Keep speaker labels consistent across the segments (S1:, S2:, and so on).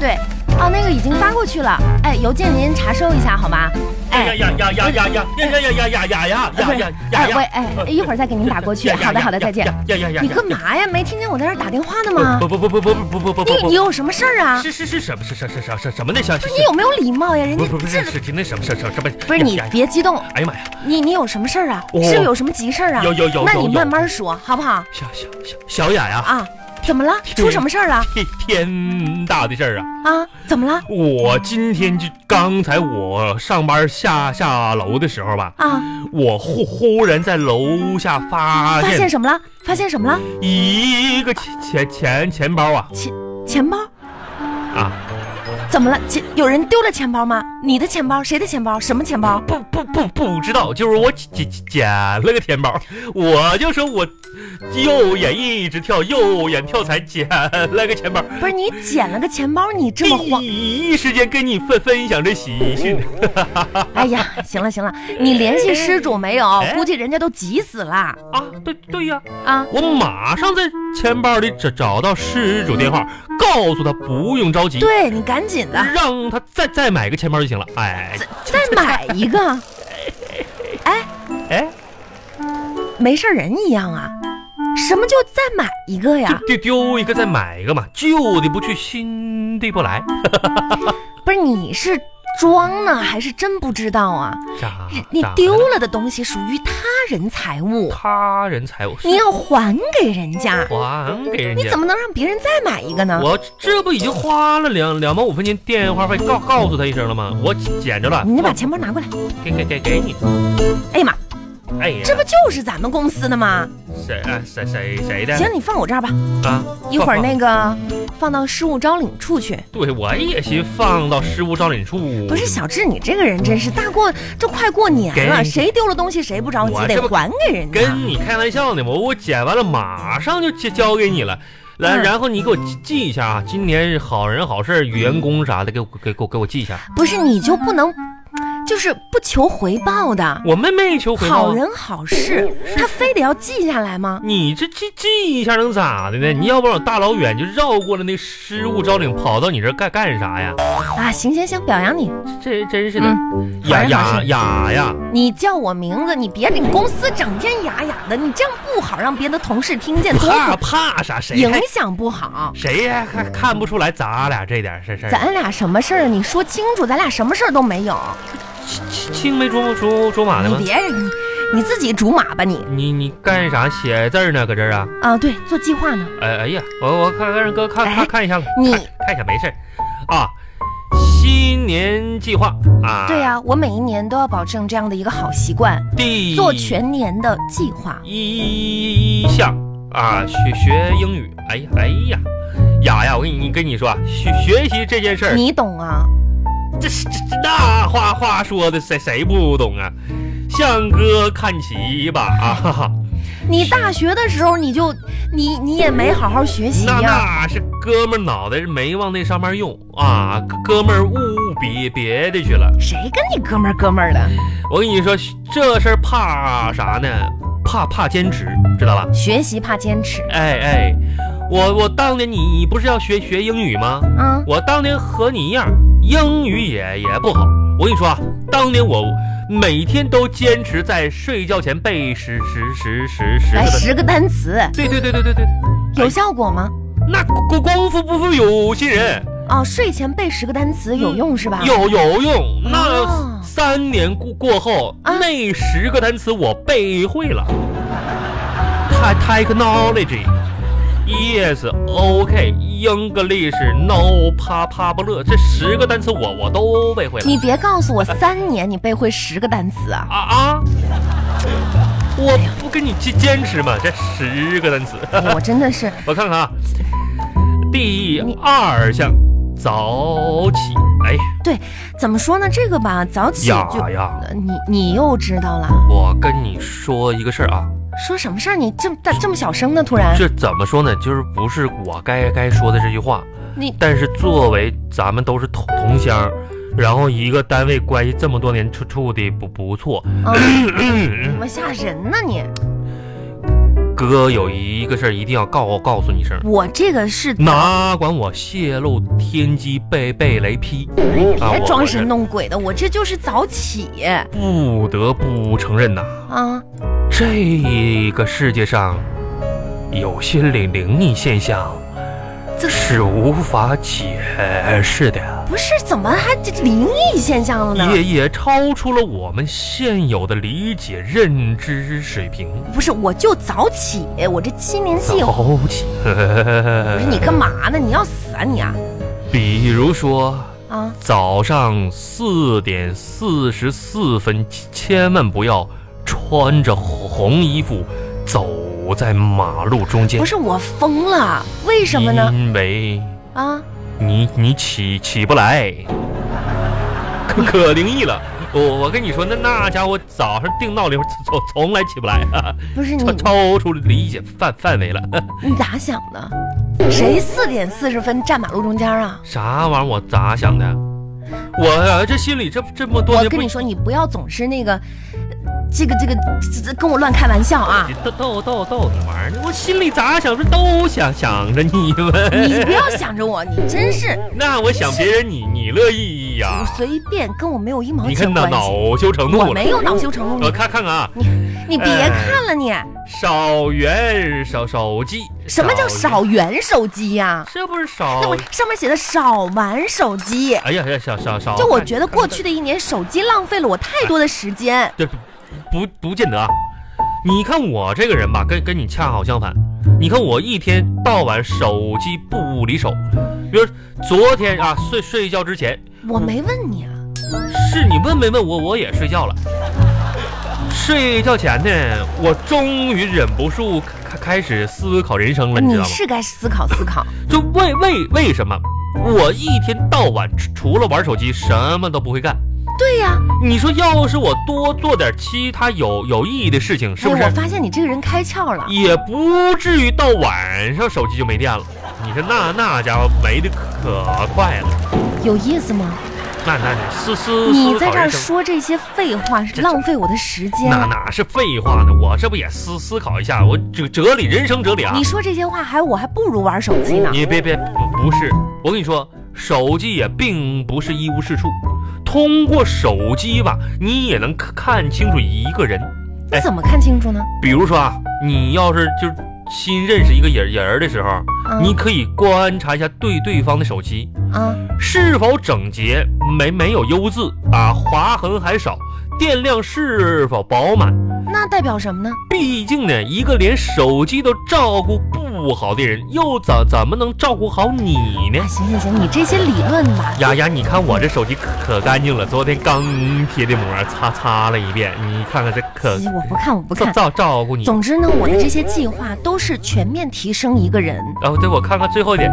S1: 对，哦，那个已经发过去了，哎，邮件您查收一下好吗？
S2: 呀
S1: 哎，
S2: 呀呀呀呀呀呀呀呀呀呀呀呀
S1: 不
S2: 呀
S1: 是
S2: 呀
S1: 哎
S2: 呀呀！
S1: 喂，哎，一会儿再给您打过去。好的，好的，再见。
S2: 呀呀呀！
S1: 你干？嘛呀？没听见我在这儿打电话呢吗
S2: 不？不不不不不不不
S1: 你你
S2: 不！
S1: 有什么事儿啊？
S2: 是是是什么是什什什什什么那消息？
S1: 你有没有礼貌呀？人
S2: 不
S1: 家
S2: 不不
S1: 这
S2: 是是是那什么什什什么？
S1: 不是你别激动，
S2: 哎呀妈呀！
S1: 你你有什么事儿啊？
S2: 我
S1: 是有什么急事儿啊？
S2: 有有有
S1: 那
S2: 有
S1: 你
S2: 有
S1: 慢慢说好不好？
S2: 小小小小雅呀，
S1: 啊，怎么了？
S2: 天
S1: 出什么事儿了？
S2: 天天大的事儿啊！
S1: 啊，怎么了？
S2: 我今天就刚才我上班下下楼的时候吧，
S1: 啊，
S2: 我忽忽然在楼下发
S1: 发现
S2: 现
S1: 什么了？发现什么了？
S2: 一个钱钱钱钱包啊
S1: 钱钱包
S2: 啊！
S1: 怎么了？钱有人丢了钱包吗？你的钱包？谁的钱包？什么钱包？
S2: 不不不不知道，就是我捡捡了个钱包，我就说我右眼一直跳，右眼跳财，捡了个钱包，
S1: 不是你捡了个钱包，你这么慌？
S2: 第一时间跟你分分享这喜讯，
S1: 哎呀，行了行了，你联系失主没有？
S2: 哎
S1: 估计人家都急死了
S2: 啊，对对呀、
S1: 啊！
S2: 我马上在钱包里找找到失主电话，告诉他不用着急，
S1: 对啊你赶紧的，
S2: 让他再再买个钱包就行了。哎
S1: 再买一个。哎，
S2: 哎，
S1: 没事儿人一样啊，什么就再买一个呀？
S2: 就丢丢一个再买一个嘛，旧的不去，新的不来。
S1: 不是你是装呢，还是真不知道啊？
S2: 咋
S1: 你
S2: 咋
S1: 丢
S2: 的
S1: 了的东西属于他人财物，
S2: 他人财物，
S1: 你要还给人家。
S2: 还给人家。
S1: 你怎么能让别人再买一个呢？
S2: 我这不已经花了两两毛五分钱电话费告告诉他一声了吗？我捡着了，
S1: 你把钱包拿过来。
S2: 给给给给你。
S1: 哎呀妈，
S2: 哎呀，
S1: 这不就是咱们公司的吗？
S2: 谁啊谁谁谁的？
S1: 行，你放我这儿吧，
S2: 啊，
S1: 一会儿
S2: 放
S1: 那个放到失物招领处去。
S2: 对，我也寻放到失物招领处。
S1: 不是小智，你这个人真是大过，这快过年了，
S2: 给
S1: 谁丢了东西谁不着急，
S2: 我
S1: 得
S2: 这不
S1: 还给人家。
S2: 跟你开玩笑呢，我我剪完了马上就交交给你了。来，
S1: 嗯
S2: 然后你给我记记一下啊，今年是好人好事儿员工啥的，给我给给我给我记一下。
S1: 不是你就不能，就是不求回报的
S2: 我们没求回报啊，
S1: 好人好事，他非得要记下来吗？
S2: 你这记记一下能咋的呢？你要不然我大老远就绕过了那失物招领，跑到你这儿干干啥呀？
S1: 啊，行行行，表扬你，
S2: 这真是的，
S1: 嗯，
S2: 雅
S1: 好人好
S2: 雅
S1: 事
S2: 雅呀！
S1: 你叫我名字，你别给你公司整天雅雅的，你这样不好，让别的同事听见，多
S2: 怕怕啥？谁
S1: 影
S2: 还
S1: 响不好。
S2: 谁还还看不出来咱俩这点事事儿？啊
S1: 咱俩什么事儿？你说清楚，咱俩什么事儿都没有。
S2: 青青梅竹竹竹马的
S1: 你
S2: 吗？
S1: 别，你你自己竹马吧你
S2: 你你干啥写字儿呢？搁这儿啊？
S1: 啊！对，做计划呢。
S2: 哎哎呀，我我看看哥看
S1: 哎
S2: 看看一下了，
S1: 你
S2: 看看一下没事儿啊。新年计划啊，
S1: 对呀、我每一年都要保证这样的一个好习惯，
S2: 第
S1: 做全年的计划。
S2: 一项啊，学学英语。哎呀哎呀，雅呀，我跟你跟你说啊，学学习这件事儿，
S1: 你懂啊？
S2: 这是这这那话话说的，谁谁不懂啊？向哥看齐吧啊！哈哈。
S1: 你大学的时候你就你你也没啊好好学习
S2: 那
S1: 呀、
S2: 那是哥们儿脑袋没往那上面用啊，哥们儿误别别的去了。
S1: 谁跟你哥们儿哥们儿的？
S2: 我跟你说，这事儿怕啥呢？怕怕坚持，知道吧？
S1: 学习怕坚持
S2: 哎哎，我我当年你你不是要学学英语吗？
S1: 啊！
S2: 我当年和你一样，英语也也不好。我跟你说啊，当年我每天都坚持在睡觉前背十十十十十
S1: 来
S2: 个哎的。
S1: 十个单词，
S2: 对对对对对对，
S1: 有效果吗？
S2: 那功功夫不负有心人。
S1: 哦，睡前背十个单词有用是吧？
S2: 有有用，
S1: 哦
S2: 那三年过过后，
S1: 啊
S2: 那十个单词我背会了。Te- Technology, yes, OK, English, no, 啪啪不乐，这十个单词我我都背会了。
S1: 你别告诉我三年你背会十个单词啊！
S2: 啊啊！我不跟你坚坚持嘛，这十个单词，
S1: 哎我真的是，
S2: 我看看啊。第
S1: 你
S2: 二项，早起。哎，
S1: 对，怎么说呢？这个吧，早起
S2: 呀
S1: 就，
S2: 呀。
S1: 呃你你又知道了，
S2: 我跟你说一个事儿啊，
S1: 说什么事儿？你这么大这么小声呢？突然，
S2: 这怎么说呢？就是不是我该该说的这句话，
S1: 你
S2: 但是作为咱们都是同同乡，然后一个单位关系这么多年处处的不不错，
S1: 啊，怎么吓人呢你？
S2: 哥有一个事儿一定要告告诉你声，
S1: 我这个是
S2: 哪管我泄露天机被被雷劈啊！
S1: 别
S2: 我
S1: 哎装
S2: 我
S1: 神
S2: 这
S1: 弄鬼的，我这就是早起
S2: 不得不承认呐、
S1: 啊！
S2: 这个世界上有些灵灵异现象
S1: 这
S2: 是无法解释的，
S1: 不是怎么还这灵异现象了呢？
S2: 也也超出了我们现有的理解认知水平。
S1: 不是，我就早起，我这七年性。
S2: 早 起，
S1: 不是你干嘛呢？你要死啊你啊！
S2: 比如说。
S1: 啊，
S2: 早上四点四十四分，千万不要穿着红衣服走在马路中间。
S1: 不是我疯了，为什么呢？
S2: 因为
S1: 啊，
S2: 你你起起不来， 可可灵异了。我我跟你说，那那家伙早上定闹铃，从从来起不来， 哈哈
S1: 不是你
S2: 超，超出理解范范围了。
S1: 你咋想的？谁四点四十分站马路中间啊？
S2: 啥玩意儿？我咋想的？我这心里这这么多
S1: 我
S2: 年
S1: 跟
S2: 不
S1: 你说，你不要总是那个，呃这个这个这这跟我乱开玩笑啊！
S2: 逗逗逗逗你玩呢，我心里咋想不是都想想着你
S1: 你不
S2: 们。
S1: 要想着我，你真是
S2: 那我想别人你你乐意呀
S1: 我？随便，跟我没有一毛
S2: 你
S1: 钱
S2: 看那
S1: 关系。
S2: 恼羞成怒了，
S1: 我没有恼羞成怒，
S2: 我
S1: 你
S2: 看看看啊，
S1: 你别看了
S2: 哎
S1: 你，
S2: 少元少少记，
S1: 什么叫少
S2: 元？
S1: 玩手机呀、
S2: 这不是
S1: 那
S2: 少
S1: 我？上面写的少玩手机，
S2: 哎呀呀，少少少！
S1: 就我觉得过去的一年手机浪费了我太多的时间。
S2: 这不不见得啊。你看我这个人吧，跟跟你恰好相反。你看我一天到晚手机不离手，比如昨天啊睡睡觉之前，
S1: 我没问你啊，
S2: 是你问没问我，我也睡觉了。睡觉前呢，我终于忍不住开开始思考人生了，你知
S1: 你
S2: 道吗？
S1: 嗯是该思考思考。
S2: 就为为为什么我一天到晚除除了玩手机什么都不会干？
S1: 对呀、
S2: 你说要是我多做点其他有有意义的事情，是不是
S1: 哎，我发现你这个人开窍了。
S2: 也不至于到晚上手机就没电了？你说那那家伙没的可快了，
S1: 有意思吗？
S2: 那那思思
S1: 你
S2: 思
S1: 在
S2: 考
S1: 这儿
S2: 人生。
S1: 说这些废话是
S2: 这
S1: 浪费我的时间。
S2: 那哪是废话呢？我这不也思思考一下，我哲哲理人生哲理啊！
S1: 你说这些话还我还不如玩手机呢。
S2: 你别别不不是，我跟你说，手机也并不是一无是处，通过手机吧，你也能看看清楚一个人。
S1: 那怎么看清楚呢？
S2: 比如说啊，你要是就是新认识一个人人儿的时候，
S1: 啊
S2: 你可以观察一下对对方的手机
S1: 啊，
S2: 是否整洁，没没有 U 字啊，划痕还少，电量是否饱满。
S1: 那代表什么呢？
S2: 毕竟呢，一个连手机都照顾不好的人，又怎怎么能照顾好你呢
S1: 啊，？行行行，你这些理论吧，
S2: 雅雅，你看我这手机可可干净了，昨天刚贴的膜，擦擦了一遍，你看看这可
S1: 哎我不看，我不
S2: 照
S1: 看。
S2: 照照顾你。
S1: 总之呢，我的这些计划都是全面提升一个人。
S2: 哦，对，我看看最后一点，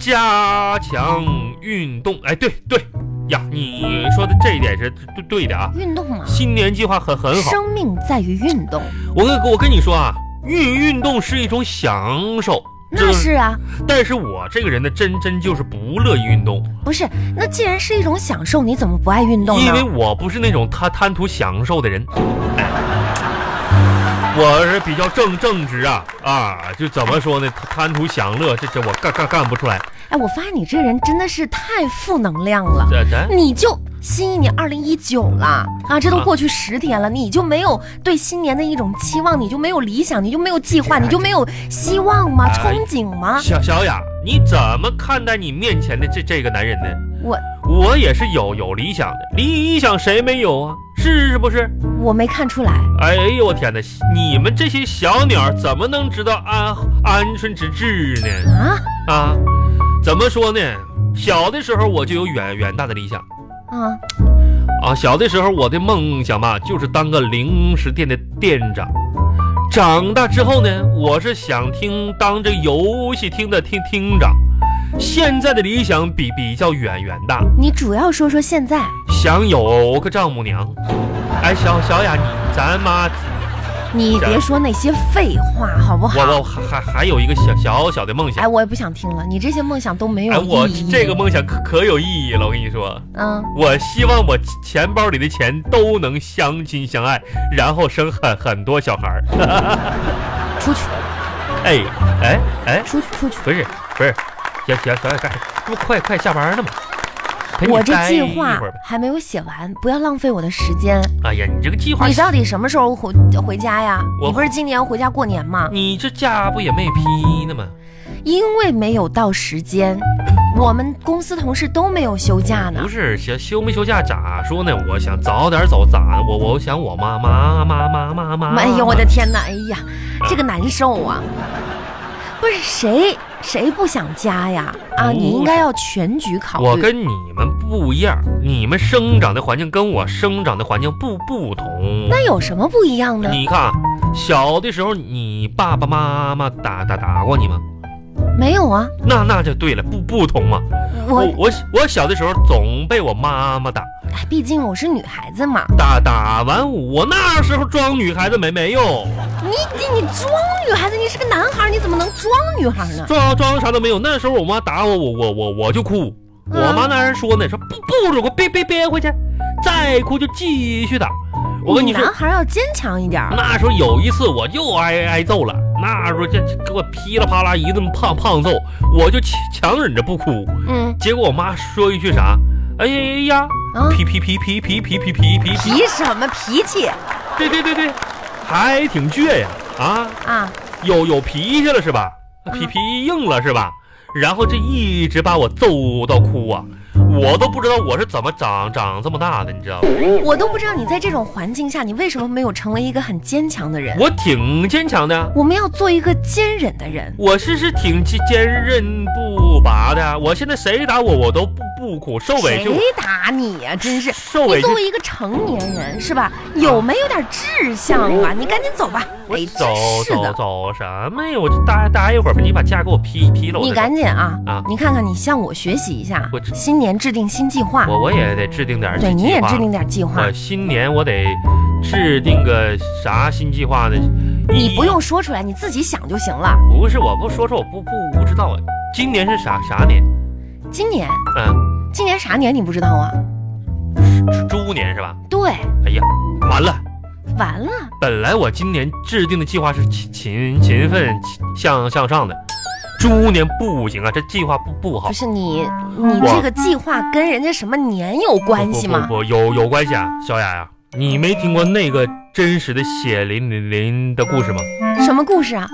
S2: 加加强运动。哎，对对，呀，你说的这一点是对对的啊。
S1: 运动嘛，
S2: 新年计划很很好，
S1: 生命在于运动，
S2: 我跟我跟你说啊，运运动是一种享受，
S1: 那
S2: 这
S1: 是啊，
S2: 但是我这个人呢，真真就是不乐意运动，
S1: 不是？那既然是一种享受，你怎么不爱运动
S2: 因
S1: 呢
S2: 为？我不是那种贪贪图享受的人。哎，我是比较正正直啊啊，就怎么说呢，贪图享乐，这这我干干干不出来。
S1: 哎，我发现你这人真的是太负能量了。
S2: 这这
S1: 你就新一年二零一九了啊，这都
S2: 啊
S1: 过去十天了，你就没有对新年的一种期望，你就没有理想，你就没有计划，
S2: 这
S1: 你就没有希望吗？
S2: 哎
S1: 憧憬吗？
S2: 小小雅，你怎么看待你面前的这这个男人呢？
S1: 我
S2: 我也是有有理想的，理想谁没有啊？是不是？
S1: 我没看出来，
S2: 哎呦我天哪！你们这些小鸟怎么能知道安鹌鹑之志呢？
S1: 啊
S2: 啊，怎么说呢？小的时候我就有远远大的理想
S1: 啊，
S2: 啊！小的时候我的梦想吧，就是当个零食店的店长。长大之后呢，我是想听当这游戏厅的厅厅长。现在的理想比比较远远大，
S1: 你主要说说现在
S2: 想有个丈母娘。哎，小小雅，你咱妈
S1: 你别说那些废话好不好？
S2: 我我还还还有一个小小小的梦
S1: 哎，
S2: 想，
S1: 我也不想听了，你这些梦想都没
S2: 哎，
S1: 有
S2: 我
S1: 意义。
S2: 这个梦想可可有意义了，我跟你说，
S1: 嗯，
S2: 我希望我钱包里的钱都能相亲相爱，然后生很很多小孩儿。
S1: 出去，
S2: 哎哎哎，
S1: 出去，出去。
S2: 不是不是，小小小小干，这不快快下班了吗？陪哎你
S1: 我这
S2: 待
S1: 计
S2: 一
S1: 划
S2: 会儿呗
S1: 还没有写完，不要浪费我的时间。
S2: 哎呀，你这个计划
S1: 你，到底什么时候回回家呀？
S2: 我
S1: 你不是今年回家过年吗？
S2: 你这假不也没批呢吗？
S1: 因为没有到时间，我们公司同事都没有休假呢
S2: 不。是，休休没休假咋说呢？我想早点走咋？我我想我妈妈妈妈妈妈。
S1: 哎呦，我的天哪！哎呀，这个难受啊！不是谁谁不想家呀？啊，
S2: 不是
S1: 你应该要全局考虑。
S2: 哦我跟你们不一样，你们生长的环境跟我生长的环境不不同。
S1: 那有什么不一样呢？
S2: 你看，啊，小的时候你爸爸妈妈打打打过你吗？
S1: 没有啊，
S2: 那那就对了，不不同嘛。
S1: 我
S2: 我我小的时候总被我妈妈打
S1: 哎毕竟我是女孩子嘛。
S2: 打打完，我那时候装女孩子没没用，
S1: 你你你装女孩子，你是个男孩，你怎么能装女孩呢？
S2: 装装啥都没有。那时候我妈打我，我我我我就哭。我
S1: 嗯
S2: 妈那人说呢，说不不准哭，别别别回去，再哭就继续打。我跟你说，
S1: 男孩要坚强一点儿。
S2: 那时候有一次我又挨挨揍了，那时候这这给我噼里啪啦一顿胖胖揍，我就强强忍着不哭。
S1: 嗯，
S2: 结果我妈说一句啥？哎呀呀
S1: 啊
S2: 呀！皮皮皮皮皮皮皮皮皮皮！
S1: 脾什么脾气
S2: 对对对对，还挺倔呀啊！
S1: 啊？
S2: 有有脾气了是吧？皮皮硬了是吧？然后这一直把我揍到哭啊！我都不知道我是怎么长长这么大的，你知道吗？
S1: 我都不知道你在这种环境下，你为什么没有成为一个很坚强的人？
S2: 我挺坚强的啊。
S1: 我们要做一个坚忍的人。
S2: 我是是挺坚坚韧不拔的，我现在谁打我我都不不哭，受委屈
S1: 谁打你呀、真是！
S2: 受
S1: 你
S2: 委屈
S1: 作，为一个成年人是吧？有没有点志向啊？你赶紧走吧！
S2: 我
S1: 哎，
S2: 走
S1: 真是
S2: 走
S1: 的，
S2: 走什么呀？我就待待一会儿吧，你把架给我劈劈了，我
S1: 你
S2: 再走
S1: 赶紧啊！
S2: 啊
S1: 你看看，你向我学习一下
S2: 我，知
S1: 新年制定新计划，
S2: 我我也得制定点儿
S1: 对，
S2: 计
S1: 你也
S2: 划
S1: 制定点计划
S2: 我。新年我得制定个啥新计划呢？
S1: 你
S2: 一
S1: 不用说出来，你自己想就行了。
S2: 不是我不说说我不不不知道啊，今年是啥啥年？
S1: 今年，
S2: 嗯，
S1: 今年啥年你不知道啊？
S2: 是猪年是吧？
S1: 对，
S2: 哎呀，完了。
S1: 完了，
S2: 本来我今年制定的计划是勤勤勤奋勤向向上的，猪年不行啊，这计划不不好
S1: 不。是你，你
S2: 我
S1: 这个计划跟人家什么年有关系吗
S2: 不？不不，有有关系啊，小雅呀、你没听过那个真实的血淋淋淋的故事吗？
S1: 什么故事啊？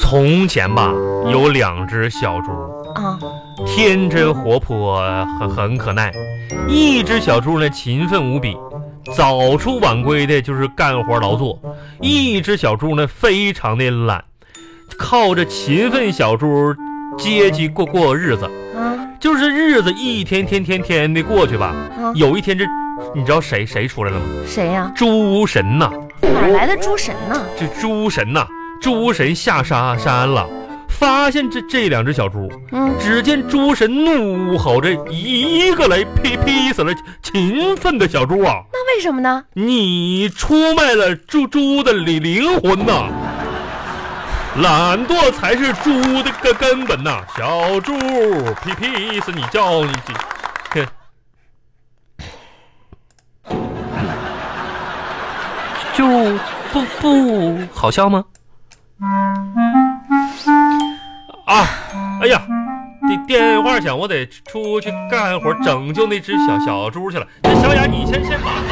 S2: 从前吧，有两只小猪，
S1: 啊，
S2: 天真活泼，很很可爱。一只小猪呢，勤奋无比，早出晚归的，就是干活劳作；一只小猪呢，非常的懒，靠着勤奋小猪阶级过过日子，
S1: 啊
S2: 就是日子一天天天天的过去吧。
S1: 啊！
S2: 有一天这，你知道谁谁出来了吗？
S1: 谁呀、
S2: 猪神呐、
S1: 哪儿来的诸神呢？
S2: 这猪神呐、猪神下沙山了，发现这这两只小猪。
S1: 嗯，
S2: 只见猪神怒吼着，一个雷劈劈死了勤奋的小猪啊！
S1: 那为什么呢？
S2: 你出卖了猪猪的灵灵魂呐、懒惰才是猪的根根本呐、小猪劈劈死你，叫你这。就不不好笑吗？啊！哎呀，电电话响，我得出去干活，拯救那只小小猪去了。那小雅，你先先忙吧。啊